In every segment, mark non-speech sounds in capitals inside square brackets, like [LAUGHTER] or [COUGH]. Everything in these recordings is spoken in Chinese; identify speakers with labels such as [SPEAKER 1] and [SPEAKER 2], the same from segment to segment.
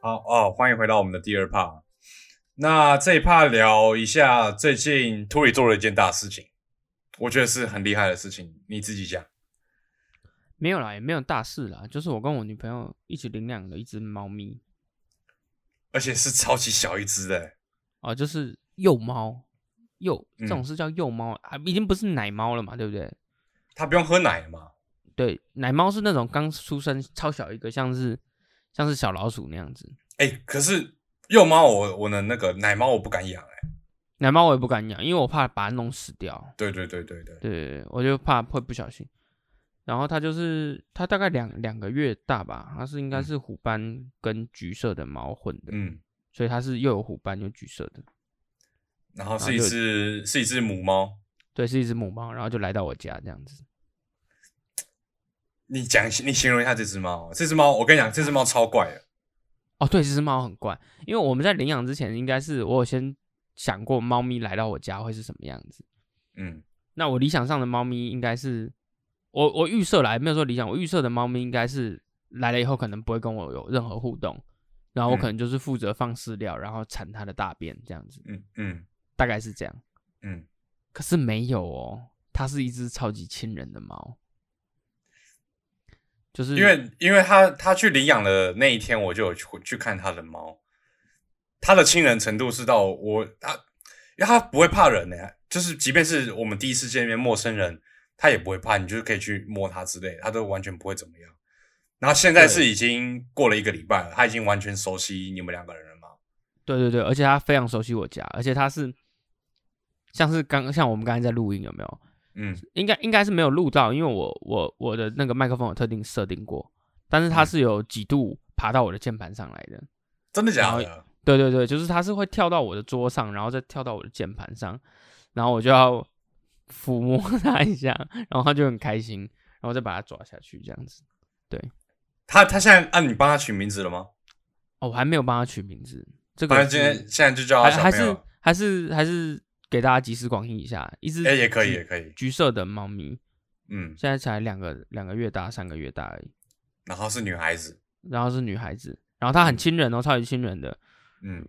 [SPEAKER 1] 好哦，欢迎回到我们的第二趴。那这一趴聊一下最近秃里做了一件大事情，我觉得是很厉害的事情，你自己讲。
[SPEAKER 2] 没有啦，也没有大事啦，就是我跟我女朋友一起领养了一只猫咪，
[SPEAKER 1] 而且是超级小一只的、欸
[SPEAKER 2] 哦，就是幼猫，幼
[SPEAKER 1] 嗯
[SPEAKER 2] 这种是叫幼猫、啊，已经不是奶猫了嘛，对不对？
[SPEAKER 1] 它不用喝奶嘛？
[SPEAKER 2] 对，奶猫是那种刚出生超小一个，像是像是小老鼠那样子。
[SPEAKER 1] 哎、可是幼猫我我能那个奶猫我不敢养哎、
[SPEAKER 2] 奶猫我也不敢养，因为我怕把它弄死掉。
[SPEAKER 1] 对对对对对，
[SPEAKER 2] 对，我就怕会不小心。然后它就是它大概两两个月大吧，它是应该
[SPEAKER 1] 嗯
[SPEAKER 2] 是虎斑跟橘色的猫混的，
[SPEAKER 1] 嗯，
[SPEAKER 2] 所以它是又有虎斑又橘色的。
[SPEAKER 1] 然后
[SPEAKER 2] 然
[SPEAKER 1] 是
[SPEAKER 2] 后
[SPEAKER 1] 一
[SPEAKER 2] 就
[SPEAKER 1] 只是一只母猫。
[SPEAKER 2] 对，是一只母猫，然后就来到我家这样子。
[SPEAKER 1] 你讲，你形容一下这只猫。这只猫，我跟你讲，这只猫超怪的。
[SPEAKER 2] 哦，对，这只猫很怪，因为我们在领养之前，应该是我有先想过猫咪来到我家会是什么样子。
[SPEAKER 1] 嗯
[SPEAKER 2] 那我理想上的猫咪应该是，我我预设来没有说理想，我预设的猫咪应该是来了以后可能不会跟我有任何互动，
[SPEAKER 1] 嗯
[SPEAKER 2] 然后我可能就是负责放饲料，然后铲它的大便这样子，
[SPEAKER 1] 嗯嗯
[SPEAKER 2] 大概是这样。
[SPEAKER 1] 嗯，
[SPEAKER 2] 可是没有哦，它是一只超级亲人的猫，就是
[SPEAKER 1] 因为因为它它去领养的那一天，我就有去去看它的猫。它的亲人程度是到我它，因为它不会怕人呢、就是即便是我们第一次见面陌生人，它也不会怕，你就是可以去摸它之类的，它都完全不会怎么样。然后现在是
[SPEAKER 2] 对
[SPEAKER 1] 已经过了一个礼拜了，它已经完全熟悉你们两个人了嘛？
[SPEAKER 2] 对对对，而且它非常熟悉我家，而且它是像是刚像我们刚才在录音有没有？
[SPEAKER 1] 嗯
[SPEAKER 2] 应该应该是没有录到，因为我我我的那个麦克风有特定设定过，但是它
[SPEAKER 1] 嗯
[SPEAKER 2] 是有几度爬到我的键盘上来的。
[SPEAKER 1] 真的假
[SPEAKER 2] 然
[SPEAKER 1] 的？
[SPEAKER 2] 对对对，就是它是会跳到我的桌上，然后再跳到我的键盘上，然后我就要 [LAUGHS] 抚摸它一下，然后它就很开心，然后再把它抓下去这样子。
[SPEAKER 1] 它它现在按、你帮它取名字了吗？
[SPEAKER 2] 哦，我还没有帮它取名字，这
[SPEAKER 1] 反
[SPEAKER 2] 个
[SPEAKER 1] 正今天
[SPEAKER 2] 是
[SPEAKER 1] 现在就叫它
[SPEAKER 2] 还
[SPEAKER 1] 小
[SPEAKER 2] 还
[SPEAKER 1] 朋友
[SPEAKER 2] 是。还是还是给大家集思广益一下，一只
[SPEAKER 1] 哎、也可以，
[SPEAKER 2] 橘
[SPEAKER 1] 也可以，
[SPEAKER 2] 橘色的猫咪，
[SPEAKER 1] 嗯，
[SPEAKER 2] 现在才两个两个月大，三个月大而已。
[SPEAKER 1] 然后是女孩子，
[SPEAKER 2] 然后是女孩子，然后她很亲人哦，超级亲人的，
[SPEAKER 1] 嗯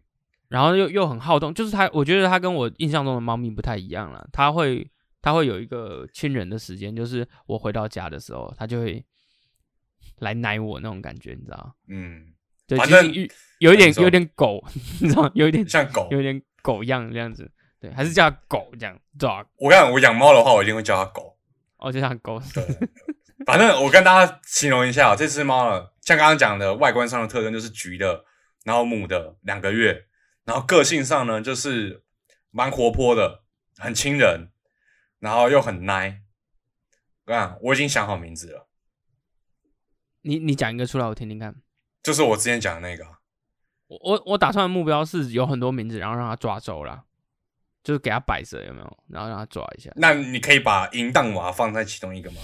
[SPEAKER 2] 然后又又很好动，就是她，我觉得她跟我印象中的猫咪不太一样了，她会她会有一个亲人的时间，就是我回到家的时候，她就会来奶我那种感觉，你知道？
[SPEAKER 1] 嗯，
[SPEAKER 2] 对，
[SPEAKER 1] 反
[SPEAKER 2] 其实
[SPEAKER 1] 正
[SPEAKER 2] 有有
[SPEAKER 1] 你
[SPEAKER 2] 一点
[SPEAKER 1] 说
[SPEAKER 2] 有点狗， [LAUGHS] 你知道吗，有一点
[SPEAKER 1] 像狗。
[SPEAKER 2] 嗯有一点狗样这样子，对，还是叫它狗这样 dog，
[SPEAKER 1] 我跟你讲，我养猫的话，我一定会叫它狗。
[SPEAKER 2] 哦，就像狗，
[SPEAKER 1] 对，反正我跟大家形容一下，这只猫呢，像刚刚讲的外观上的特征就是橘的，然后母的两个月，然后个性上呢就是蛮活泼的，很亲人，然后又很奶。我跟你讲，我已经想好名字了，
[SPEAKER 2] [LAUGHS] 你你讲一个出来我听听看，
[SPEAKER 1] 就是我之前讲的那个啊，。
[SPEAKER 2] 我我我打算的目标是有很多名字，然后让他抓周啦，就是给他摆着有没有？然后让他抓一下
[SPEAKER 1] 那你可以把淫荡娃放在其中一个吗？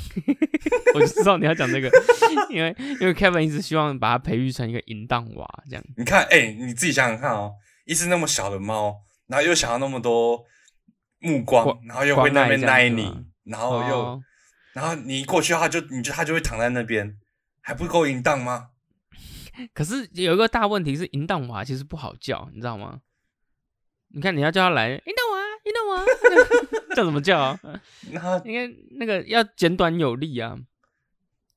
[SPEAKER 2] 我就知道你要讲这个， [LAUGHS] 因为因为 Kevin 一直希望把它培育成一个淫荡娃这样。
[SPEAKER 1] 你看，哎、你自己想想看哦，一只那么小的猫，然后又想要那么多目光
[SPEAKER 2] 光，
[SPEAKER 1] 然后又会那边
[SPEAKER 2] 光
[SPEAKER 1] 耐
[SPEAKER 2] 爱这样子
[SPEAKER 1] 你
[SPEAKER 2] 吗，哦
[SPEAKER 1] 然后又，然后你一过去，它就你就它就会躺在那边，还不够淫荡吗？
[SPEAKER 2] 可是有一个大问题是，淫荡娃其实不好叫，你知道吗？你看你要叫他来，淫荡娃， [LAUGHS] 淫荡娃，叫怎么叫、啊？
[SPEAKER 1] 那
[SPEAKER 2] 应该那个要简短有力啊。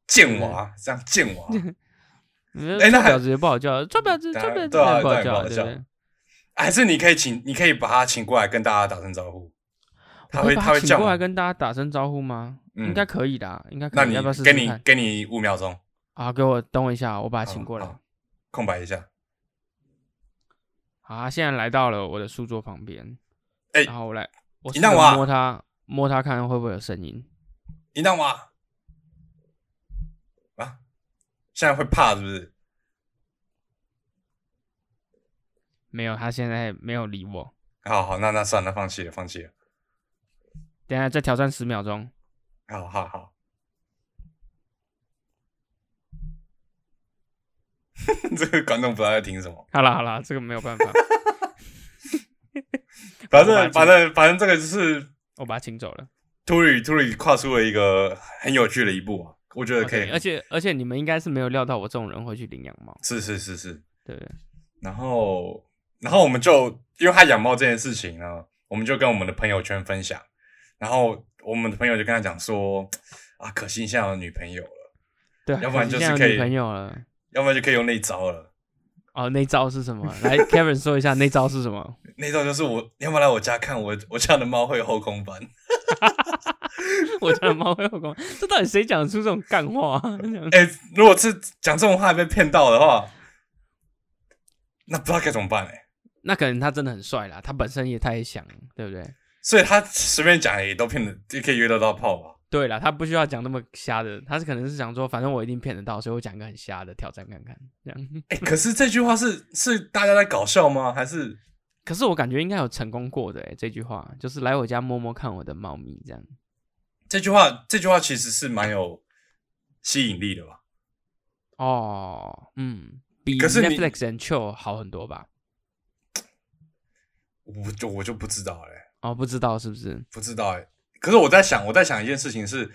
[SPEAKER 1] 贱娃这样贱娃
[SPEAKER 2] 你说
[SPEAKER 1] 哎那
[SPEAKER 2] 臭
[SPEAKER 1] 还
[SPEAKER 2] 婊子也不好叫，臭婊子，臭
[SPEAKER 1] 当然
[SPEAKER 2] 婊子
[SPEAKER 1] 对啊
[SPEAKER 2] 也不
[SPEAKER 1] 当然
[SPEAKER 2] 好
[SPEAKER 1] 不
[SPEAKER 2] 叫，
[SPEAKER 1] 好
[SPEAKER 2] 对
[SPEAKER 1] 叫
[SPEAKER 2] 不对？
[SPEAKER 1] 啊还是你可以请，你可以把它请过来跟大家打声招呼，它
[SPEAKER 2] 我可
[SPEAKER 1] 会
[SPEAKER 2] 以把
[SPEAKER 1] 它会
[SPEAKER 2] 请
[SPEAKER 1] 叫
[SPEAKER 2] 过来
[SPEAKER 1] 你
[SPEAKER 2] 跟大家打声招呼吗？
[SPEAKER 1] 嗯
[SPEAKER 2] 应该可以的啊，应该可
[SPEAKER 1] 那
[SPEAKER 2] 以。
[SPEAKER 1] 你
[SPEAKER 2] 要不要试试
[SPEAKER 1] 给你
[SPEAKER 2] 看？
[SPEAKER 1] 给你五秒钟，
[SPEAKER 2] 啊，给我等我一下，我把他请
[SPEAKER 1] 好
[SPEAKER 2] 过来。
[SPEAKER 1] 好空白一下。
[SPEAKER 2] 好，啊他现在来到了我的书桌旁边。
[SPEAKER 1] 哎
[SPEAKER 2] 然后我来，我
[SPEAKER 1] 你
[SPEAKER 2] 试着
[SPEAKER 1] 让我啊
[SPEAKER 2] 摸它，摸它看会不会有声音。
[SPEAKER 1] 淫荡娃啊，现在会怕是不是？
[SPEAKER 2] 没有，它现在没有理我。
[SPEAKER 1] 好好，那那算了，放弃了，放弃了。
[SPEAKER 2] 等一下再挑战十秒钟。
[SPEAKER 1] 好好好， [LAUGHS] 这个观众不知道在听什么。
[SPEAKER 2] 好啦好啦，这个没有办
[SPEAKER 1] [LAUGHS]
[SPEAKER 2] 法，
[SPEAKER 1] 反
[SPEAKER 2] 我把
[SPEAKER 1] 正
[SPEAKER 2] 它
[SPEAKER 1] 反正反正这个就是
[SPEAKER 2] 我把它请走了。
[SPEAKER 1] 秃驴秃驴跨出了一个很有趣的一步啊，我觉得可以。
[SPEAKER 2] OK，而且而且你们应该是没有料到我这种人会去领养猫。
[SPEAKER 1] 是是是是，
[SPEAKER 2] 对不对？
[SPEAKER 1] 然后，然后我们就因为他养猫这件事情呢，我们就跟我们的朋友圈分享，然后我们的朋友就跟他讲说，啊，可惜你现在有女朋友了，
[SPEAKER 2] 对啊，
[SPEAKER 1] 要不然就是
[SPEAKER 2] 可惜现在
[SPEAKER 1] 可
[SPEAKER 2] 有
[SPEAKER 1] 以
[SPEAKER 2] 女朋友了。
[SPEAKER 1] 要不然就可以用那一招了。
[SPEAKER 2] 哦，那招是什么？来，Kevin 说一下那招是什么？ [LAUGHS]
[SPEAKER 1] 那一招就是我，你要不要来我家看我我家的猫会有后空翻？
[SPEAKER 2] 我家的猫会后空，这到底谁讲得出这种干话、啊？ [LAUGHS] 这样
[SPEAKER 1] 哎、如果是讲这种话被骗到的话，那不知道该怎么办哎、
[SPEAKER 2] 那可能他真的很帅啦，他本身也太想，对不对？
[SPEAKER 1] 所以他随便讲也都骗得，也可以约得到炮吧？
[SPEAKER 2] 对啦，他不需要讲那么瞎的，他是可能是想说，反正我一定骗得到，所以我讲一个很瞎的挑战看看。这样， [LAUGHS]
[SPEAKER 1] 哎、可是这句话是是大家在搞笑吗？还是
[SPEAKER 2] 可是我感觉应该有成功过的哎，这句话就是来我家摸摸看我的猫咪这样。
[SPEAKER 1] 这句话这句话其实是蛮有吸引力的吧？
[SPEAKER 2] 哦，嗯，比
[SPEAKER 1] 可是你
[SPEAKER 2] Netflix and Chill 好很多吧？
[SPEAKER 1] 我就我就不知道哎、
[SPEAKER 2] 哦，不知道是不是？
[SPEAKER 1] 不知道哎、可是我在想，我在想一件事情是，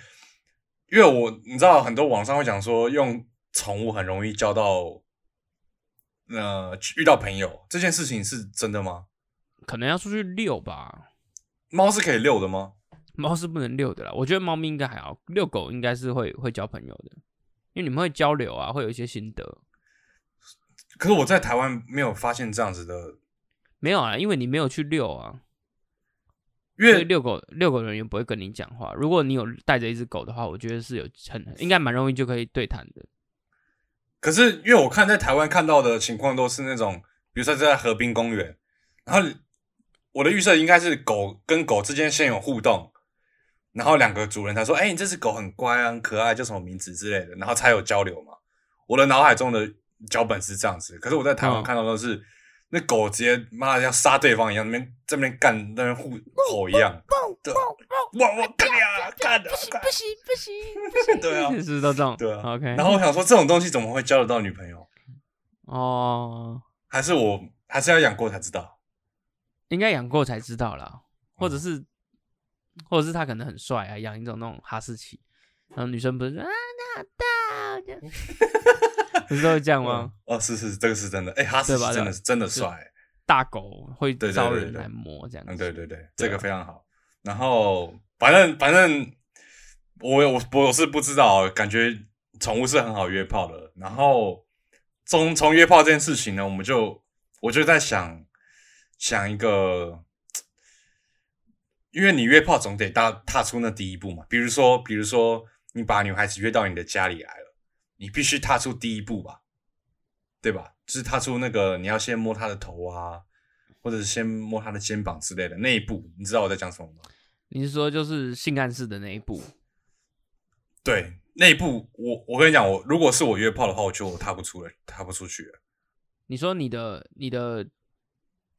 [SPEAKER 1] 因为我你知道很多网上会讲说用宠物很容易交到，呃，遇到朋友这件事情是真的吗？
[SPEAKER 2] 可能要出去遛吧，
[SPEAKER 1] 猫是可以遛的吗？
[SPEAKER 2] 猫是不能遛的啦。我觉得猫咪应该还好，遛狗应该是会会交朋友的，因为你们会交流啊，会有一些心得。
[SPEAKER 1] 可是我在台湾没有发现这样子的，
[SPEAKER 2] 没有啊，因为你没有去遛啊，
[SPEAKER 1] 因
[SPEAKER 2] 所以
[SPEAKER 1] 为
[SPEAKER 2] 遛狗遛狗人员不会跟你讲话。如果你有带着一只狗的话，我觉得是有很应该蛮容易就可以对谈的。
[SPEAKER 1] 可是因为我看在台湾看到的情况都是那种，比如说在河滨公园，然后我的预设应该是狗跟狗之间先有互动，然后两个主人才说：“哎、你这只狗很乖啊，很可爱，叫什么名字之类的。”然后才有交流嘛。我的脑海中的脚本是这样子，可是我在台湾
[SPEAKER 2] 嗯
[SPEAKER 1] 看到都是、那狗直接妈的像杀对方一样，那边这边干，那边互吼一样，对，我我干呀，啊干的，干
[SPEAKER 3] 啊不行不行，
[SPEAKER 1] [LAUGHS] 对啊
[SPEAKER 2] [LAUGHS] 是不。是都这种？
[SPEAKER 1] 对啊
[SPEAKER 2] OK。
[SPEAKER 1] 然后我想说，这种东西怎么会交得到女朋友？
[SPEAKER 2] 哦，
[SPEAKER 1] 还是我还是要养过才知道？
[SPEAKER 2] 应该养过才知道啦，或
[SPEAKER 1] 哦
[SPEAKER 2] 者是，或者是他可能很帅啊，养一种那种哈士奇，然后女生不是说啊，那好大
[SPEAKER 1] [LAUGHS]
[SPEAKER 2] 哦，这样不是都会这样吗？
[SPEAKER 1] 嗯？哦，是是，这个是真的。哎，哈士
[SPEAKER 2] 对吧
[SPEAKER 1] 奇
[SPEAKER 2] 对
[SPEAKER 1] 真的
[SPEAKER 2] 吧
[SPEAKER 1] 是真的帅。
[SPEAKER 2] 大狗会
[SPEAKER 1] 对对
[SPEAKER 2] 招
[SPEAKER 1] 对
[SPEAKER 2] 人
[SPEAKER 1] 对
[SPEAKER 2] 来摸，这样
[SPEAKER 1] 嗯，
[SPEAKER 2] 子。啊
[SPEAKER 1] 对对对，这个非常好。然后反正反正我我我是不知道，感觉宠物是很好约炮的。然后从从约炮这件事情呢，我们就我就在想想一个。因为你约炮总得踏踏出那第一步嘛，比如说，比如说你把女孩子约到你的家里来了，你必须踏出第一步吧，对吧？就是踏出那个你要先摸她的头啊，或者是先摸她的肩膀之类的那一步，你知道我在讲什么吗？
[SPEAKER 2] 你是说就是性暗示的那一步？
[SPEAKER 1] 对，那一步我我跟你讲，我如果是我约炮的话，我觉得我踏不出来，踏不出去了。
[SPEAKER 2] 你说你的你的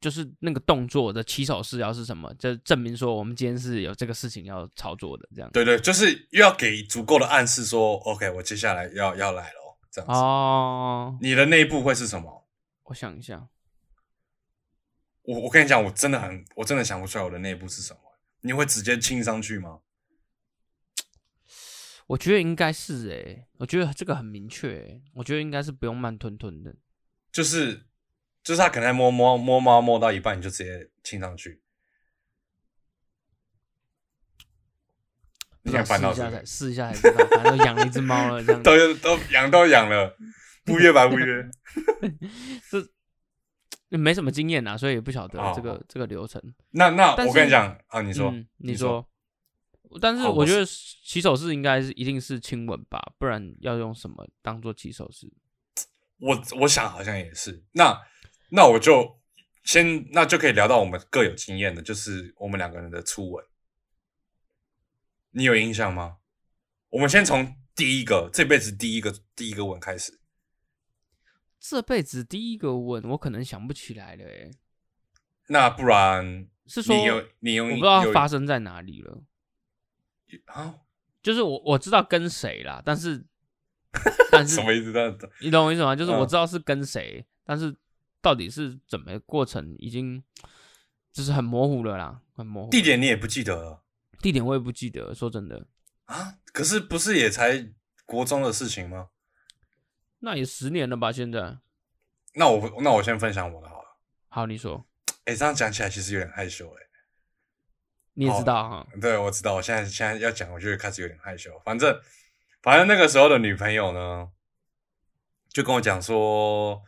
[SPEAKER 2] 就是那个动作的起手式要是什么？这证明说我们今天是有这个事情要操作的，这样。
[SPEAKER 1] 对对，就是又要给足够的暗示说，OK，我接下来要要来了哦，这样子。
[SPEAKER 2] 哦，
[SPEAKER 1] 你的那一步会是什么？
[SPEAKER 2] 我想一下，
[SPEAKER 1] 我我跟你讲，我真的很，我真的想不出来我的内部是什么。你会直接亲上去吗？
[SPEAKER 2] 我觉得应该是诶、我觉得这个很明确、欸，我觉得应该是不用慢吞吞的。
[SPEAKER 1] 就是就是他可能在摸摸摸猫摸到一半，你就直接亲上去。你
[SPEAKER 2] 不知道
[SPEAKER 1] 想烦到
[SPEAKER 2] 试
[SPEAKER 1] 这
[SPEAKER 2] 一下
[SPEAKER 1] 个
[SPEAKER 2] 才？试一下才知道，反正都养了一只猫了，这样
[SPEAKER 1] [LAUGHS] 都都养都养了，不约白不约。
[SPEAKER 2] 没什么经验啊，所以也不晓得
[SPEAKER 1] 哦
[SPEAKER 2] 这个这个流程。
[SPEAKER 1] 那那
[SPEAKER 2] 但是嗯
[SPEAKER 1] 我跟你讲啊，你
[SPEAKER 2] 你
[SPEAKER 1] 说，
[SPEAKER 2] 你
[SPEAKER 1] 你说
[SPEAKER 2] 说，但是
[SPEAKER 1] 好
[SPEAKER 2] 我
[SPEAKER 1] 我
[SPEAKER 2] 觉得起手式应该是一定是亲吻吧，不然要用什么当做起手式？
[SPEAKER 1] 我我想好像也是。那那我就先那就可以聊到我们各有经验的，就是我们两个人的初吻，你有印象吗？我们先从第一个这辈子第一个第一个吻开始。
[SPEAKER 2] 这辈子第一个吻，我可能想不起来了、欸，
[SPEAKER 1] 那不然
[SPEAKER 2] 是说
[SPEAKER 1] 你有你有
[SPEAKER 2] 我不
[SPEAKER 1] 你
[SPEAKER 2] 知道它
[SPEAKER 1] 有
[SPEAKER 2] 发生在哪里了。
[SPEAKER 1] 啊？
[SPEAKER 2] 就是我我知道跟谁啦，
[SPEAKER 1] [LAUGHS]
[SPEAKER 2] 但是但是
[SPEAKER 1] 什么意思？那
[SPEAKER 2] 你懂我意思吗？就是
[SPEAKER 1] 嗯
[SPEAKER 2] 我知道是跟谁，但是到底是怎么过程已经就是很模糊了啦，很模糊。
[SPEAKER 1] 地点你也不记得了
[SPEAKER 2] 地点我也不记得，说真的，
[SPEAKER 1] 啊？可是不是也才国中的事情吗？
[SPEAKER 2] 那也十年了吧？现在
[SPEAKER 1] 那我那我先分享我的好了。
[SPEAKER 2] 好，你说，
[SPEAKER 1] 哎、这样讲起来其实有点害羞哎、
[SPEAKER 2] 你也
[SPEAKER 1] 好
[SPEAKER 2] 知道哈，
[SPEAKER 1] 对，我知道，我现在现在要讲，我就开始有点害羞。反正反正那个时候的女朋友呢，就跟我讲说，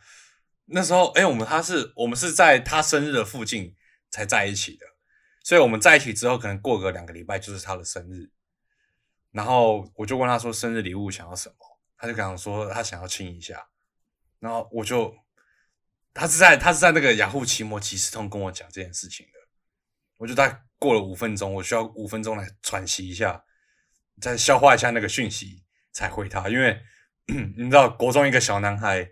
[SPEAKER 1] 那时候哎、我们她是我们是在她生日的附近才在一起的，所以我们在一起之后，可能过个两个礼拜就是她的生日。然后我就问她说生日礼物想要什么，她就跟我说她想要亲一下，然后我就。她是在她是在那个雅虎奇摩即时通跟我讲这件事情的，我就大概过了五分钟，我需要五分钟来喘息一下，再消化一下那个讯息才回他，因为 [CLEARS THROAT] 你知道，国中一个小男孩，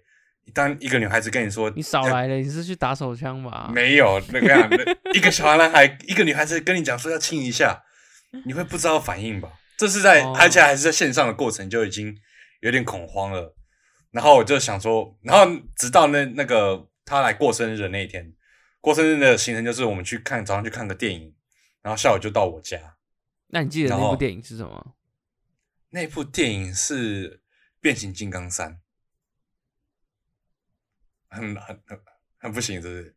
[SPEAKER 1] 当一个女孩子跟你说
[SPEAKER 2] 你少来了，你是去打手枪吧？
[SPEAKER 1] 没有那个样的，一个小男孩，一个女孩子跟你讲说要亲一下，你会不知道反应吧？这是在，
[SPEAKER 2] 哦
[SPEAKER 1] 而且还是在线上的过程就已经有点恐慌了。然后我就想说，然后直到那那个他来过生日的那一天，过生日的行程就是我们去看早上去看个电影，然后下午就到我家。
[SPEAKER 2] 那你记得
[SPEAKER 1] 然
[SPEAKER 2] 那
[SPEAKER 1] 后
[SPEAKER 2] 部电影是什么？
[SPEAKER 1] 那部电影是《变形金刚三》，很很很很不行，是不是？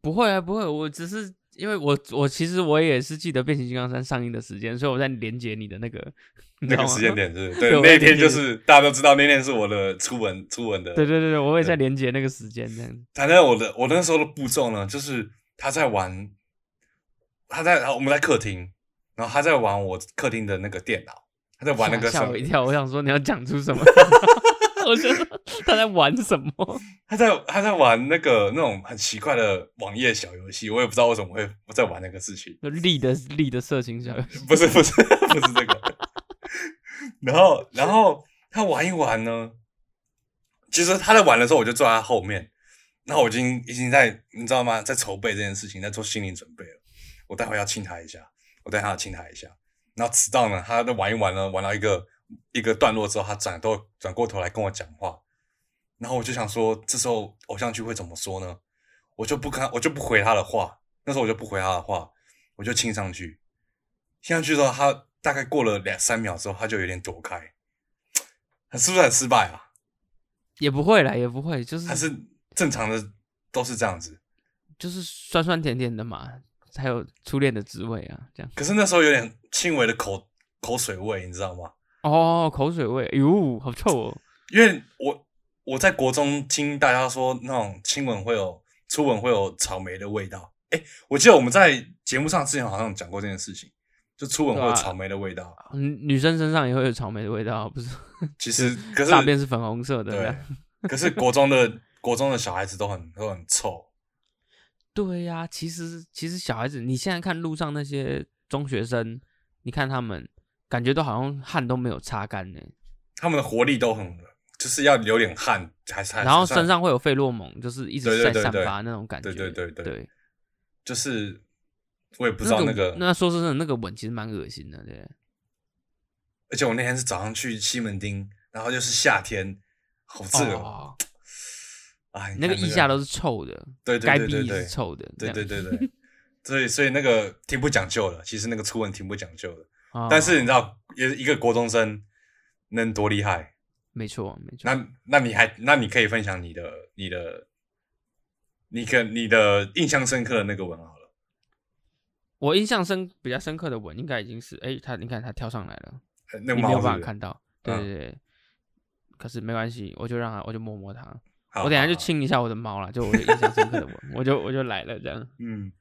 [SPEAKER 2] 不会啊，不会，我只是因为我我其实我也是记得《变形金刚三》上映的时间，所以我在连接你的那个 [LAUGHS] 你知
[SPEAKER 1] 那
[SPEAKER 2] 道
[SPEAKER 1] 个
[SPEAKER 2] 吗
[SPEAKER 1] 时间。点是不是
[SPEAKER 2] 对
[SPEAKER 1] 对，
[SPEAKER 2] 我
[SPEAKER 1] 那一
[SPEAKER 2] 在
[SPEAKER 1] 天
[SPEAKER 2] 理
[SPEAKER 1] 就
[SPEAKER 2] 解
[SPEAKER 1] 是大家都知道，那天是我的初吻初吻的。
[SPEAKER 2] [LAUGHS] 对对对对，我也在
[SPEAKER 1] 对
[SPEAKER 2] 连接那个时间这样子。
[SPEAKER 1] 反正我的我那时候的步骤呢，就是他在玩，他在我们在客厅，然后他在玩我客厅的那个电脑，他在 [LAUGHS] 玩那
[SPEAKER 2] 吓
[SPEAKER 1] 个什
[SPEAKER 2] 吓
[SPEAKER 1] 么
[SPEAKER 2] 我一跳，我想说你要讲出
[SPEAKER 1] [LAUGHS]
[SPEAKER 2] 什么？我觉得他在玩什么？
[SPEAKER 1] 他在他在玩那个那种很奇怪的网页小游戏，我也不知道为什么会我在玩那个事情。
[SPEAKER 2] 就力的力的色情小游戏，
[SPEAKER 1] 不是不是不是这个。 [LAUGHS] 然后然后他玩一玩呢，其实他在玩的时候，我就坐在他后面，然后我已经已经在你知道吗，在筹备这件事情，在做心理准备了。我待会要亲他一下，我待会要亲他一下。然后直到呢，他在玩一玩呢，玩到一个一个段落之后，他转头转过头来跟我讲话，然后我就想说，这时候偶像剧会怎么说呢？我就不看，我就不回他的话。那时候我就不回他的话，我就亲上去，亲上去之后，他大概过了两三秒之后，他就有点躲开，是不是很失败啊？
[SPEAKER 2] 也不会啦，也不会，就是
[SPEAKER 1] 还是正常的都是这样子。
[SPEAKER 2] 就是酸酸甜甜的嘛，才有初恋的滋味啊，这样。
[SPEAKER 1] 可是那时候有点轻微的口口水味，你知道吗？
[SPEAKER 2] 哦，口水味，哎呦，好臭
[SPEAKER 1] [LAUGHS]
[SPEAKER 2] 哦！
[SPEAKER 1] 因为我我在国中听大家说那种亲吻会有初吻会有草莓的味道。哎、我记得我们在节目上之前好像有讲过这件事情，就初吻会有
[SPEAKER 2] 对啊
[SPEAKER 1] 草莓的味道。
[SPEAKER 2] 嗯女生身上也会有草莓的味道，啊不是？
[SPEAKER 1] 其实可是
[SPEAKER 2] 大便是粉红色的，这
[SPEAKER 1] 对
[SPEAKER 2] 样，
[SPEAKER 1] 可是国中的国中的小孩子都很都很臭，
[SPEAKER 2] 对呀、其实其实小孩子，你现在看路上那些中学生，你看他们，感觉都好像汗都没有擦干呢，
[SPEAKER 1] 他们的活力都很，就是要流点汗才才。
[SPEAKER 2] 然后
[SPEAKER 1] 才算
[SPEAKER 2] 身上会有费洛蒙，就是一
[SPEAKER 1] 对
[SPEAKER 2] 直
[SPEAKER 1] 对
[SPEAKER 2] 在
[SPEAKER 1] 对
[SPEAKER 2] 散
[SPEAKER 1] 对
[SPEAKER 2] 发那种感觉。
[SPEAKER 1] 对对对对
[SPEAKER 2] 对，
[SPEAKER 1] 就是我也不知道那
[SPEAKER 2] 那
[SPEAKER 1] 个，
[SPEAKER 2] 那说真的，那个吻其实蛮恶心的，对。
[SPEAKER 1] 而且我那天是早上去西门町，然后又是夏天，好热哦，
[SPEAKER 2] 哦，
[SPEAKER 1] 哎、你
[SPEAKER 2] 那个
[SPEAKER 1] 看
[SPEAKER 2] 腋下都是臭的，
[SPEAKER 1] 对对
[SPEAKER 2] 该
[SPEAKER 1] 对
[SPEAKER 2] 逼
[SPEAKER 1] 对
[SPEAKER 2] 也
[SPEAKER 1] 对
[SPEAKER 2] 是臭的，
[SPEAKER 1] 对
[SPEAKER 2] 这
[SPEAKER 1] 对
[SPEAKER 2] 样。
[SPEAKER 1] 对对，所以所以那个挺不讲究的，其实那个初吻挺不讲究的，
[SPEAKER 2] 哦
[SPEAKER 1] 但是你知道，也一个国中生能多厉害？
[SPEAKER 2] 没错没错，
[SPEAKER 1] 那那你还那你可以分享你的你的。你可你的印象深刻的那个吻好了，
[SPEAKER 2] 我印象深比较深刻的吻，应该已经是哎、他你看他跳上来了，
[SPEAKER 1] 呃那个
[SPEAKER 2] 你没
[SPEAKER 1] 帽
[SPEAKER 2] 有
[SPEAKER 1] 子
[SPEAKER 2] 办法看到，对
[SPEAKER 1] 嗯
[SPEAKER 2] 对对。可是没关系，我就让他，我就摸摸他，
[SPEAKER 1] 好
[SPEAKER 2] 我等一下就
[SPEAKER 1] 好好
[SPEAKER 2] 亲一下我的猫啦，就我的印象深刻的吻，我就我就来了这样。
[SPEAKER 1] 嗯，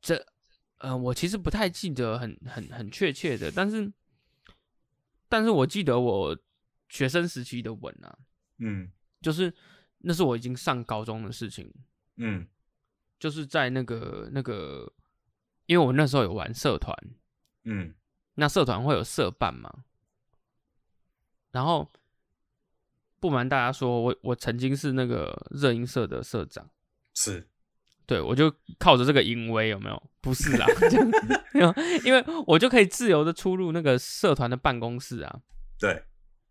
[SPEAKER 2] 这， [LAUGHS] 呃，我其实不太记得很很很确切的，但是，但是我记得我学生时期的吻啊，
[SPEAKER 1] 嗯
[SPEAKER 2] 就是那是我已经上高中的事情，
[SPEAKER 1] 嗯
[SPEAKER 2] 就是在那个那个，因为我那时候有玩社团，
[SPEAKER 1] 嗯
[SPEAKER 2] 那社团会有社办嘛，然后不瞒大家说，我我曾经是那个热音社的社长。
[SPEAKER 1] 是，
[SPEAKER 2] 对，我就靠着这个淫威有没有？不是啦， [LAUGHS] 这样没有因为我就可以自由的出入那个社团的办公室啊，
[SPEAKER 1] 对，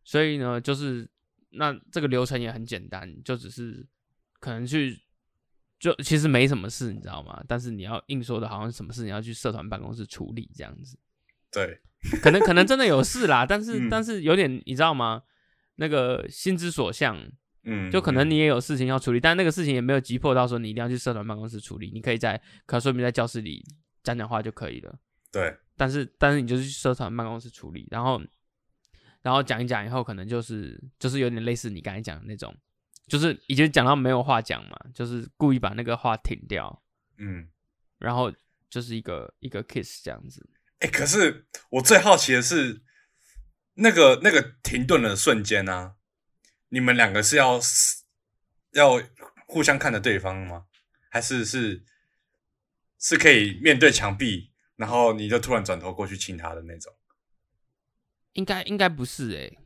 [SPEAKER 2] 所以呢，就是那这个流程也很简单，就只是可能去，就其实没什么事，你知道吗？但是你要硬说的好像什么事你要去社团办公室处理这样子，
[SPEAKER 1] 对，
[SPEAKER 2] 可能可能真的有事啦，但是、
[SPEAKER 1] 嗯
[SPEAKER 2] 但是有点你知道吗？那个心之所向，
[SPEAKER 1] 嗯，
[SPEAKER 2] 就可能
[SPEAKER 1] 嗯
[SPEAKER 2] 你也有事情要处理，但那个事情也没有急迫到说你一定要去社团办公室处理，你可以在可说明在教室里讲讲话就可以了。
[SPEAKER 1] 对，
[SPEAKER 2] 但是但是你就是去社团办公室处理，然后然后讲一讲以后，可能就是就是有点类似你刚才讲的那种，就是已经讲到没有话讲嘛，就是故意把那个话停掉，
[SPEAKER 1] 嗯，
[SPEAKER 2] 然后就是一个一个 kiss 这样子。
[SPEAKER 1] 哎、可是我最好奇的是，那个那个停顿的瞬间啊，你们两个是要死要互相看着对方吗？还是是是可以面对墙壁，然后你就突然转头过去亲他的那种？
[SPEAKER 2] 应该应该不是诶、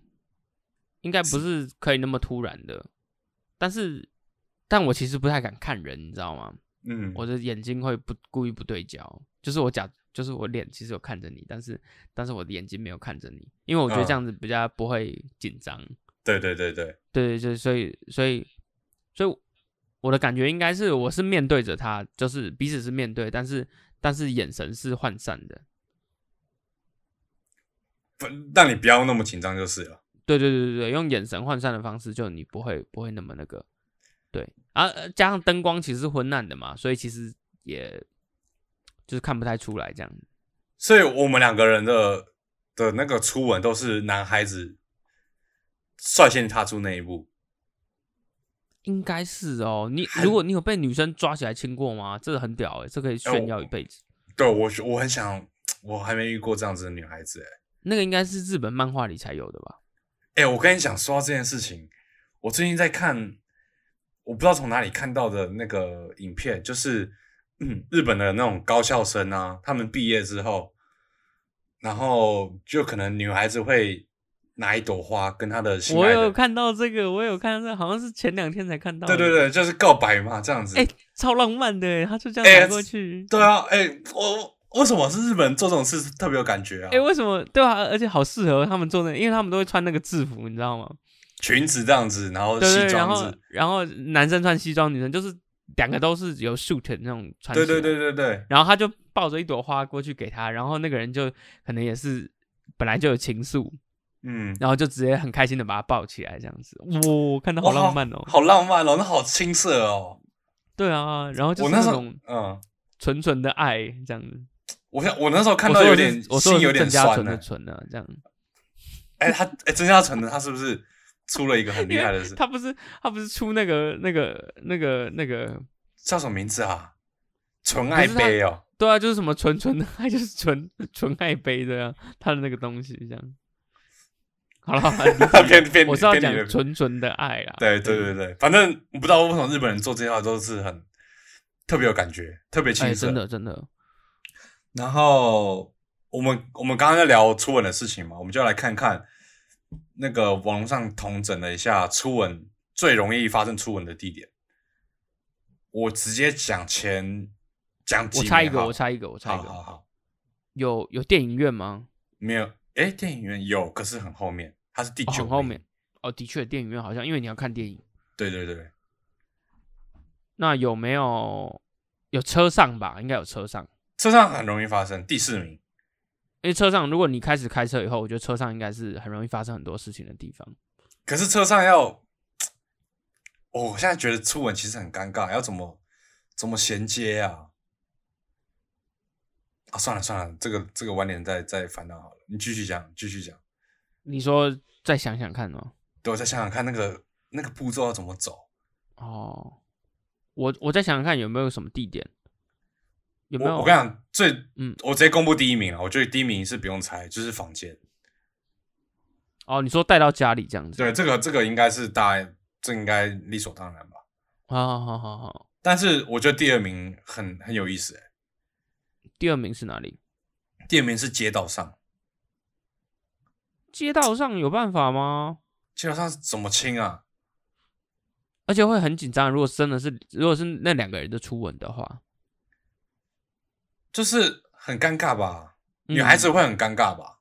[SPEAKER 2] 应该不是可以那么突然的，但是但我其实不太敢看人，你知道吗？
[SPEAKER 1] 嗯，
[SPEAKER 2] 我的眼睛会不故意不对焦，就是我假，就是我脸其实有看着你，但是但是我的眼睛没有看着你，因为我觉得
[SPEAKER 1] 嗯
[SPEAKER 2] 这样子比较不会紧张。
[SPEAKER 1] 对对对对，
[SPEAKER 2] 对对对，所以所以所以我的感觉应该是我是面对着他，就是彼此是面对，但是但是眼神是涣散的。
[SPEAKER 1] 不让你不要那么紧张就是了。
[SPEAKER 2] 对对对对对，用眼神涣散的方式，就你不会不会那么那个。对啊，呃加上灯光其实是昏暗的嘛，所以其实也就是看不太出来这样。
[SPEAKER 1] 所以我们两个人的的那个初吻都是男孩子率先踏出那一步。
[SPEAKER 2] 应该是哦，你如果你有被女生抓起来亲过吗？这个很屌哎、这可以炫耀一辈子。
[SPEAKER 1] 对我是，我很想，我还没遇过这样子的女孩子、欸。
[SPEAKER 2] 那个应该是日本漫画里才有的吧？
[SPEAKER 1] 哎、我跟你讲，说到这件事情，我最近在看，我不知道从哪里看到的那个影片，就是、嗯、日本的那种高校生啊，他们毕业之后，然后就可能女孩子会拿一朵花跟她的心
[SPEAKER 2] 我
[SPEAKER 1] 爱
[SPEAKER 2] 有
[SPEAKER 1] 的，
[SPEAKER 2] 看到这个，我有看到、这个，好像是前两天才看到。
[SPEAKER 1] 对对，对，就是告白嘛，这样子。
[SPEAKER 2] 哎、超浪漫的、欸，他就这
[SPEAKER 1] 哎
[SPEAKER 2] 样拿过去。
[SPEAKER 1] 对啊，哎、我我为什么是日本人做这种事特别有感觉啊？
[SPEAKER 2] 哎、为什么？对啊，而且好适合他们做那个，因为他们都会穿那个制服，你知道吗？
[SPEAKER 1] 裙子这样子，然后
[SPEAKER 2] 对
[SPEAKER 1] 西
[SPEAKER 2] 对，然
[SPEAKER 1] 装
[SPEAKER 2] 后
[SPEAKER 1] 子，
[SPEAKER 2] 然后男生穿西装，女生就是两个都是有 suit 的那种穿。
[SPEAKER 1] 对对对对对，
[SPEAKER 2] 然后他就抱着一朵花过去给他，然后那个人就可能也是本来就有情愫，
[SPEAKER 1] 嗯，
[SPEAKER 2] 然后就直接很开心的把他抱起来，这样子，哇、看到好浪漫哦、
[SPEAKER 1] 好浪漫哦，那好青涩哦。
[SPEAKER 2] 对啊，然后就
[SPEAKER 1] 我
[SPEAKER 2] 是
[SPEAKER 1] 那
[SPEAKER 2] 那
[SPEAKER 1] 时候
[SPEAKER 2] 种，
[SPEAKER 1] 嗯，
[SPEAKER 2] 纯纯的爱这样子。
[SPEAKER 1] 我想我那时候看到
[SPEAKER 2] 我
[SPEAKER 1] 有
[SPEAKER 2] 说的
[SPEAKER 1] 点
[SPEAKER 2] 是我说
[SPEAKER 1] 心
[SPEAKER 2] 的
[SPEAKER 1] 有
[SPEAKER 2] 是
[SPEAKER 1] 点
[SPEAKER 2] 郑嘉
[SPEAKER 1] 酸
[SPEAKER 2] 纯
[SPEAKER 1] 呢、
[SPEAKER 2] 的纯啊，这样。
[SPEAKER 1] 哎、他哎，郑嘉纯的他是不是出了一个很厉害的事？
[SPEAKER 2] 他不是他不是出那个那个那个那个，
[SPEAKER 1] 叫什么名字啊？纯爱
[SPEAKER 2] 可是他
[SPEAKER 1] 杯哦，
[SPEAKER 2] 对啊，就是什么纯纯的爱，就是纯纯爱杯这样，他的那个东西这样。好了，好了离
[SPEAKER 1] [LAUGHS]
[SPEAKER 2] 题了
[SPEAKER 1] 偏偏
[SPEAKER 2] 我是要
[SPEAKER 1] 偏
[SPEAKER 2] 讲
[SPEAKER 1] 离了
[SPEAKER 2] 纯纯的爱啦。
[SPEAKER 1] 对对对对，反正我不知道为什么日本人做这些话都是很特别有感觉，特别
[SPEAKER 2] 哎，
[SPEAKER 1] 青涩、
[SPEAKER 2] 真的真的，
[SPEAKER 1] 然后我们我们刚刚在聊初吻的事情嘛，我们就来看看那个网络上统整了一下初吻最容易发生初吻的地点。我直接讲前讲几
[SPEAKER 2] 我猜
[SPEAKER 1] 名
[SPEAKER 2] 一个，
[SPEAKER 1] 好
[SPEAKER 2] 我猜一个，我猜一
[SPEAKER 1] 好好
[SPEAKER 2] 个，
[SPEAKER 1] 好，
[SPEAKER 2] 有有电影院吗？
[SPEAKER 1] 没有诶，电影院有，可是很后面，它是第
[SPEAKER 2] 哦，
[SPEAKER 1] 九、
[SPEAKER 2] 很后面。。哦，的确，电影院好像因为你要看电影。
[SPEAKER 1] 对对对，
[SPEAKER 2] 那有没有有车上吧？应该有车上，
[SPEAKER 1] 车上很容易发生。第四名，
[SPEAKER 2] 因为车上如果你开始开车以后，我觉得车上应该是很容易发生很多事情的地方。
[SPEAKER 1] 可是车上要，哦我现在觉得初吻其实很尴尬，要怎么怎么衔接啊？啊，算了算了，这个这个晚点再再烦恼好了。你继续讲，继续讲，
[SPEAKER 2] 你说再想想看哦。
[SPEAKER 1] 对我再想想看那个那个步骤要怎么走。
[SPEAKER 2] 哦，我我再想想看有没有什么地点，有没
[SPEAKER 1] 我
[SPEAKER 2] 有？
[SPEAKER 1] 我跟你讲，最
[SPEAKER 2] 嗯
[SPEAKER 1] 我直接公布第一名了。我觉得第一名是不用猜，就是房间。
[SPEAKER 2] 哦，你说带到家里这样子。
[SPEAKER 1] 对，这个这个应该是大家，这应该理所当然吧。
[SPEAKER 2] 好好好好好。
[SPEAKER 1] 但是我觉得第二名很很有意思、欸，
[SPEAKER 2] 第二名是哪里？
[SPEAKER 1] 第二名是街道上，
[SPEAKER 2] 街道上有办法吗？
[SPEAKER 1] 街道上怎么亲啊？
[SPEAKER 2] 而且会很紧张。如果真的是，如果是那两个人的初吻的话，
[SPEAKER 1] 就是很尴尬吧？
[SPEAKER 2] 嗯
[SPEAKER 1] 女孩子会很尴尬吧？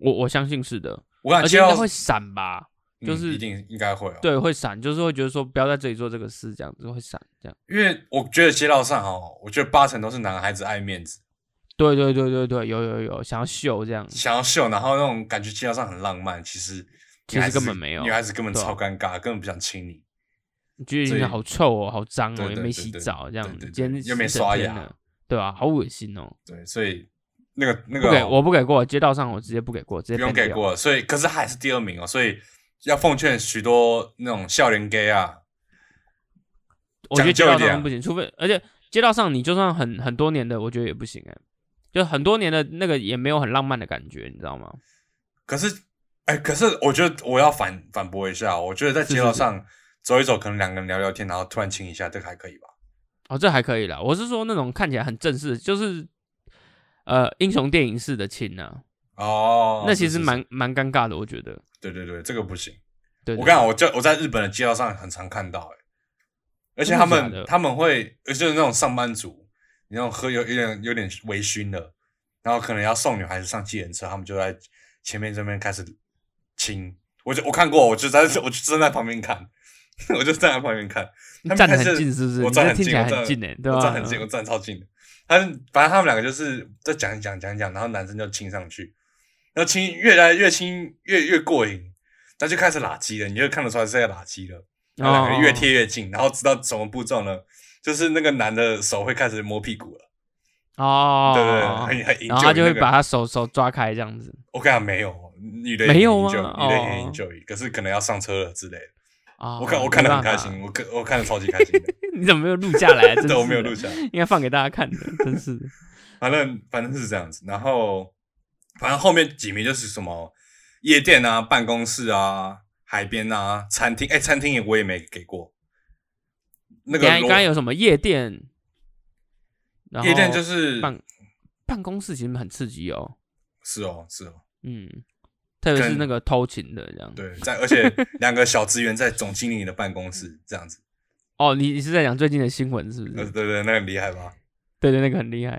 [SPEAKER 2] 我我相信是的，
[SPEAKER 1] 我感
[SPEAKER 2] 而且
[SPEAKER 1] 觉
[SPEAKER 2] 应该会闪吧？就
[SPEAKER 1] 嗯、
[SPEAKER 2] 是
[SPEAKER 1] 一定应该会、哦，，
[SPEAKER 2] 对，会闪，就是会觉得说不要在这里做这个事，这样子会闪，这样。
[SPEAKER 1] 因为我觉得街道上哦，我觉得八成都是男孩子爱面子，
[SPEAKER 2] 对对对对对，有有有，想要秀这样，
[SPEAKER 1] 想要秀，然后那种感觉街道上很浪漫，其实
[SPEAKER 2] 其实
[SPEAKER 1] 女孩子
[SPEAKER 2] 根本没有
[SPEAKER 1] 女孩子根本
[SPEAKER 2] 对啊
[SPEAKER 1] 超尴尬，根本不想亲你。
[SPEAKER 2] 觉得
[SPEAKER 1] 所以
[SPEAKER 2] 好臭哦，好脏
[SPEAKER 1] 对
[SPEAKER 2] 哦，
[SPEAKER 1] 对
[SPEAKER 2] 也
[SPEAKER 1] 对
[SPEAKER 2] 没洗
[SPEAKER 1] 对
[SPEAKER 2] 澡，这样
[SPEAKER 1] 对对对
[SPEAKER 2] 今天
[SPEAKER 1] 又没
[SPEAKER 2] 一整
[SPEAKER 1] 刷
[SPEAKER 2] 天
[SPEAKER 1] 牙
[SPEAKER 2] 了，对啊，好恶心哦！
[SPEAKER 1] 对，所以那个那
[SPEAKER 2] 不给
[SPEAKER 1] 个
[SPEAKER 2] 我不给过，街道上我直接不给过，直接
[SPEAKER 1] 不用
[SPEAKER 2] ban
[SPEAKER 1] 给
[SPEAKER 2] 掉。
[SPEAKER 1] 过了，所以可是他还是第二名哦，所以要奉劝许多那种校园 gay 啊，
[SPEAKER 2] 我觉得街
[SPEAKER 1] 讲究一
[SPEAKER 2] 道
[SPEAKER 1] 点啊
[SPEAKER 2] 上不行，除非而且街道上你就算很很多年的，我觉得也不行哎、就很多年的那个也没有很浪漫的感觉，你知道吗？
[SPEAKER 1] 可是哎、可是我觉得我要反反驳一下，我觉得在街
[SPEAKER 2] 是
[SPEAKER 1] 道
[SPEAKER 2] 是
[SPEAKER 1] 上走一走，可能两个人聊聊天，然后突然亲一下，这个还可以吧？
[SPEAKER 2] 哦，这还可以啦。我是说那种看起来很正式，就是呃英雄电影式的亲呢、
[SPEAKER 1] 哦，
[SPEAKER 2] 那
[SPEAKER 1] 是
[SPEAKER 2] 其
[SPEAKER 1] 是
[SPEAKER 2] 实
[SPEAKER 1] 是
[SPEAKER 2] 蛮蛮尴尬的，我觉得。
[SPEAKER 1] 对对对，这个不行。
[SPEAKER 2] 对
[SPEAKER 1] 我
[SPEAKER 2] 对
[SPEAKER 1] 刚好我就我在日本的街道上很常看到、欸，而且他
[SPEAKER 2] 真的假
[SPEAKER 1] 们
[SPEAKER 2] 的
[SPEAKER 1] 他们会就是那种上班族，你那种喝有有点有点微醺了，然后可能要送女孩子上计程车，他们就在前面这边开始亲。我就我看过，我就在我就站在旁边看， [LAUGHS] 我就站在旁边看，他
[SPEAKER 2] 你
[SPEAKER 1] 们
[SPEAKER 2] 站得
[SPEAKER 1] 开
[SPEAKER 2] 很
[SPEAKER 1] 始
[SPEAKER 2] 近是不是？
[SPEAKER 1] 我
[SPEAKER 2] 你
[SPEAKER 1] 站
[SPEAKER 2] 这
[SPEAKER 1] 很
[SPEAKER 2] 听
[SPEAKER 1] 近，
[SPEAKER 2] 起来
[SPEAKER 1] 我站
[SPEAKER 2] 很近哎、对吧？
[SPEAKER 1] 我站很近，我站超近的。他是反正他们两个就是在讲一讲讲一讲，然后男生就亲上去，然后亲越来越亲越越过瘾，那就开始拉鸡了，你就看得出来是在拉鸡了。
[SPEAKER 2] 哦
[SPEAKER 1] 然后两个人越贴越近，然后知道什么步骤呢？就是那个男的手会开始摸屁股了，
[SPEAKER 2] 哦，
[SPEAKER 1] 对对
[SPEAKER 2] 哦
[SPEAKER 1] 对，很很 enjoy
[SPEAKER 2] 然后他就会
[SPEAKER 1] 那个
[SPEAKER 2] 把他手手抓开这样子。
[SPEAKER 1] 我跟你讲没有，女的也
[SPEAKER 2] 没有吗
[SPEAKER 1] enjoy，女的也
[SPEAKER 2] 哦
[SPEAKER 1] enjoy，可是可能要上车了之类的。
[SPEAKER 2] 啊、
[SPEAKER 1] 我看我看
[SPEAKER 2] 没
[SPEAKER 1] 得很
[SPEAKER 2] 办
[SPEAKER 1] 开
[SPEAKER 2] 法。
[SPEAKER 1] 心，我看我看得超级开心的，
[SPEAKER 2] [LAUGHS] 你怎么没有录下
[SPEAKER 1] [LAUGHS]
[SPEAKER 2] 来、 [LAUGHS] 啊？真
[SPEAKER 1] 对，我
[SPEAKER 2] 是
[SPEAKER 1] 没有
[SPEAKER 2] 的
[SPEAKER 1] 录，下来。
[SPEAKER 2] 应该放给大家看的，
[SPEAKER 1] [LAUGHS]
[SPEAKER 2] 真是的。
[SPEAKER 1] 反正反正是这样子，然后反正后面几名就是什么夜店啊、办公室啊、海边啊、餐厅，哎、餐厅也我也没给过。那个
[SPEAKER 2] 等一下刚
[SPEAKER 1] 罗
[SPEAKER 2] 刚有什么夜店？然后
[SPEAKER 1] 夜店就是
[SPEAKER 2] 办办公室，其实很刺激哦。
[SPEAKER 1] 是哦是哦，
[SPEAKER 2] 嗯，特别是
[SPEAKER 1] 跟
[SPEAKER 2] 那个偷情的这样。
[SPEAKER 1] 对，在而且两个小职员在总经理的办公室这
[SPEAKER 2] [LAUGHS]
[SPEAKER 1] 样子，
[SPEAKER 2] 哦，你你是在讲最近的新闻是不是？
[SPEAKER 1] 呃对对，那很厉害吧？
[SPEAKER 2] 对对，那个很厉害，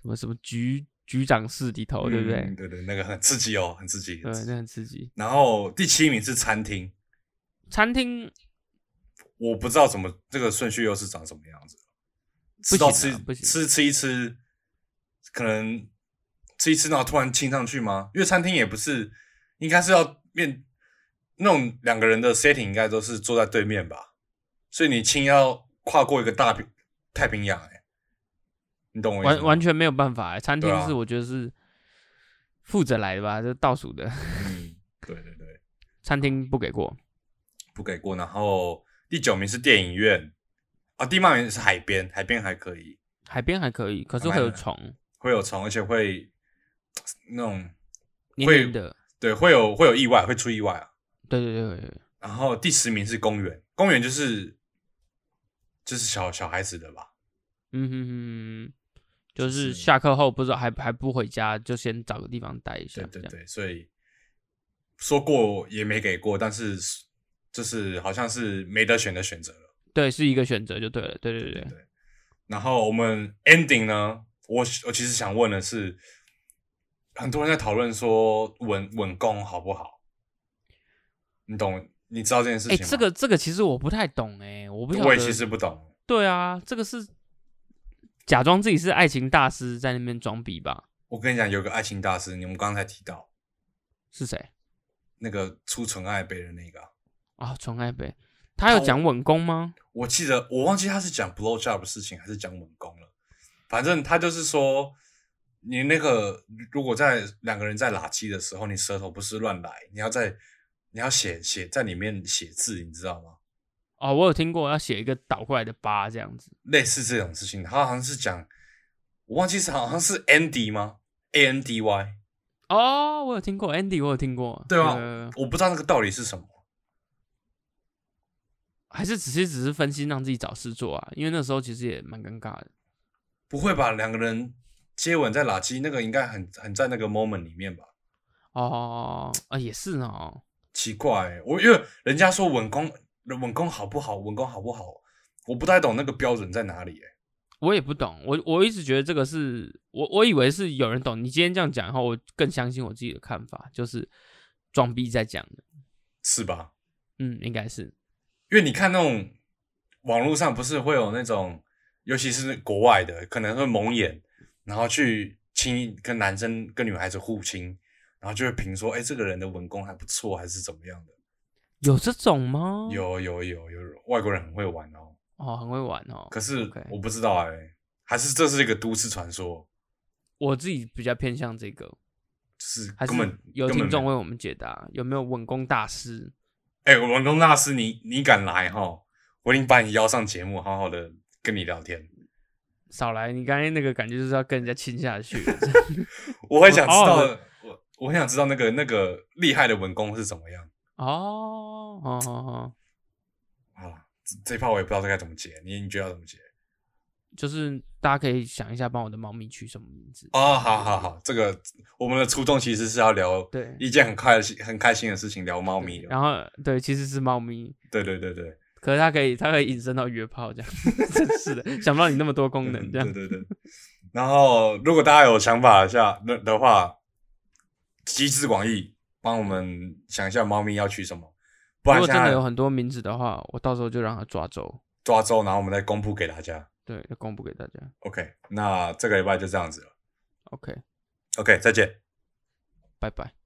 [SPEAKER 2] 什么什么局局长室里头，哦对不对？
[SPEAKER 1] 嗯对对，那个很刺激哦，很刺激。
[SPEAKER 2] 对
[SPEAKER 1] 很刺，激
[SPEAKER 2] 那很刺激。
[SPEAKER 1] 然后第七名是餐厅，
[SPEAKER 2] 餐厅
[SPEAKER 1] 我不知道怎么这个顺序又是长什么样子，吃
[SPEAKER 2] 不行
[SPEAKER 1] 到
[SPEAKER 2] 啊
[SPEAKER 1] 吃
[SPEAKER 2] 不行
[SPEAKER 1] 吃吃一吃，可能吃一吃，然后突然亲上去吗？因为餐厅也不是，应该是要面那种两个人的 setting 应该都是坐在对面吧，所以你亲要跨过一个大平太平洋、欸，你懂我意思
[SPEAKER 2] 完
[SPEAKER 1] 吗
[SPEAKER 2] 完全没有办法、欸餐
[SPEAKER 1] 对
[SPEAKER 2] 厅
[SPEAKER 1] 啊
[SPEAKER 2] 是我觉得是负责来的吧，就倒数的
[SPEAKER 1] 嗯，对对对，
[SPEAKER 2] 餐
[SPEAKER 1] 嗯
[SPEAKER 2] 厅不给过。
[SPEAKER 1] 不给过。然后第九名是电影院，啊，第八名是海边，海边还可以，
[SPEAKER 2] 海边还可以，可是
[SPEAKER 1] 还
[SPEAKER 2] 会
[SPEAKER 1] 蛮
[SPEAKER 2] 有虫，
[SPEAKER 1] 会有虫，而且会那种。
[SPEAKER 2] 黏
[SPEAKER 1] 会
[SPEAKER 2] 黏的。
[SPEAKER 1] 对，会有会有意外，会出意外啊。
[SPEAKER 2] 对对对对对，
[SPEAKER 1] 然后第十名是公园，公园就是就是小小孩子的吧，
[SPEAKER 2] 嗯哼哼哼，就
[SPEAKER 1] 就是
[SPEAKER 2] 是下课后不知道还还不回家，就先找个地方待一下
[SPEAKER 1] 对。
[SPEAKER 2] 这
[SPEAKER 1] 对
[SPEAKER 2] 样
[SPEAKER 1] 对，所以说过也没给过，但是就是好像是没得选的选择了。
[SPEAKER 2] 对，是一个选择就对了。对对对，
[SPEAKER 1] 对。然后我们 ending 呢，我我其实想问的是，很多人在讨论说稳稳工好不好？你懂？你知道这件事
[SPEAKER 2] 哎、
[SPEAKER 1] 情吗？
[SPEAKER 2] 这个这个其实我不太懂哎、我不晓得。
[SPEAKER 1] 我也其实不懂。
[SPEAKER 2] 对啊，这个是假装自己是爱情大师在那边装逼吧？
[SPEAKER 1] 我跟你讲，有个爱情大师，你们刚才提到。
[SPEAKER 2] 是谁
[SPEAKER 1] 那个出纯爱杯的那个啊、
[SPEAKER 2] 啊？纯爱杯，他有讲稳工吗？
[SPEAKER 1] 我记得我忘记他是讲 blow job 的事情还是讲稳工了，反正他就是说，你那个如果在两个人在拉鸡的时候，你舌头不是乱来，你要在你要写写在里面写字，你知道吗？
[SPEAKER 2] 哦，我有听过要写一个倒过来的八这样子。
[SPEAKER 1] 类似这种事情，他好像是讲，我忘记是好像是 Andy 吗？A N D Y，
[SPEAKER 2] 哦，我有听过，Andy，我有听过。
[SPEAKER 1] 对啊
[SPEAKER 2] 呃
[SPEAKER 1] 我不知道那个到底是什么。
[SPEAKER 2] 还是只是只是分心让自己找事做啊，因为那时候其实也蛮尴尬的。
[SPEAKER 1] 不会吧？两个人接吻在拉鸡，那个应该很很在那个 moment 里面吧？
[SPEAKER 2] 哦，啊也是哦，
[SPEAKER 1] 奇怪欸、我因为人家说稳工稳工好不好，稳工好不好，我不太懂那个标准在哪里、欸。
[SPEAKER 2] 我也不懂，我我一直觉得这个是我我以为是有人懂，你今天这样讲以后，我更相信我自己的看法，就是装逼在讲的，
[SPEAKER 1] 是吧？
[SPEAKER 2] 嗯，应该是，
[SPEAKER 1] 因为你看那种网络上不是会有那种，尤其是国外的，可能会蒙眼，然后去亲跟男生跟女孩子互亲，然后就会评说，哎、这个人的文工还不错，还是怎么样的？
[SPEAKER 2] 有这种吗？
[SPEAKER 1] 有有有有，外国人很会玩哦，
[SPEAKER 2] 哦，很会玩哦。
[SPEAKER 1] 可是
[SPEAKER 2] OK
[SPEAKER 1] 我不知道哎、还是这是一个都市传说，
[SPEAKER 2] 我自己比较偏向这个，
[SPEAKER 1] 就是
[SPEAKER 2] 还是
[SPEAKER 1] 根本
[SPEAKER 2] 有
[SPEAKER 1] 根本
[SPEAKER 2] 听众
[SPEAKER 1] 没
[SPEAKER 2] 为我们解答，有没有稳工大师？
[SPEAKER 1] 哎、文工大师你你敢来哈，我一定把你邀上节目，好好的跟你聊天。
[SPEAKER 2] 少来，你刚才那个感觉就是要跟人家亲下去。
[SPEAKER 1] 我很想知
[SPEAKER 2] 好
[SPEAKER 1] 道，
[SPEAKER 2] 好
[SPEAKER 1] 我我很想知道那个那个厉害的文工是怎么样。
[SPEAKER 2] [LAUGHS] 哦，哦哦哦，
[SPEAKER 1] 好了，这这一趴我也不知道该怎么解，你你觉得要怎么解？
[SPEAKER 2] 就是大家可以想一下，帮我的猫咪取什么名字？
[SPEAKER 1] 哦，好好好，这个我们的初衷其实是要聊
[SPEAKER 2] 对，
[SPEAKER 1] 一件很开心很开心的事情，聊猫咪哦
[SPEAKER 2] 对
[SPEAKER 1] 的。
[SPEAKER 2] 然后对，其实是猫咪，
[SPEAKER 1] 对对对对，
[SPEAKER 2] 可是它可以，它可以引申到约炮
[SPEAKER 1] [LAUGHS]
[SPEAKER 2] 这样，真是的，想不到你那么多功能这样
[SPEAKER 1] 嗯对。对对。然后，如果大家有想法下的的话，集思广益，帮我们想一下猫咪要取什么，不
[SPEAKER 2] 如
[SPEAKER 1] 然
[SPEAKER 2] 果
[SPEAKER 1] 现
[SPEAKER 2] 真的
[SPEAKER 1] 在
[SPEAKER 2] 有很多名字的话，我到时候就让它抓走，
[SPEAKER 1] 抓周，然后我们再公布给大家。
[SPEAKER 2] 对，就公布给大家。
[SPEAKER 1] OK，那这个礼拜就这样子了。
[SPEAKER 2] OK，
[SPEAKER 1] OK，再见。
[SPEAKER 2] 拜拜。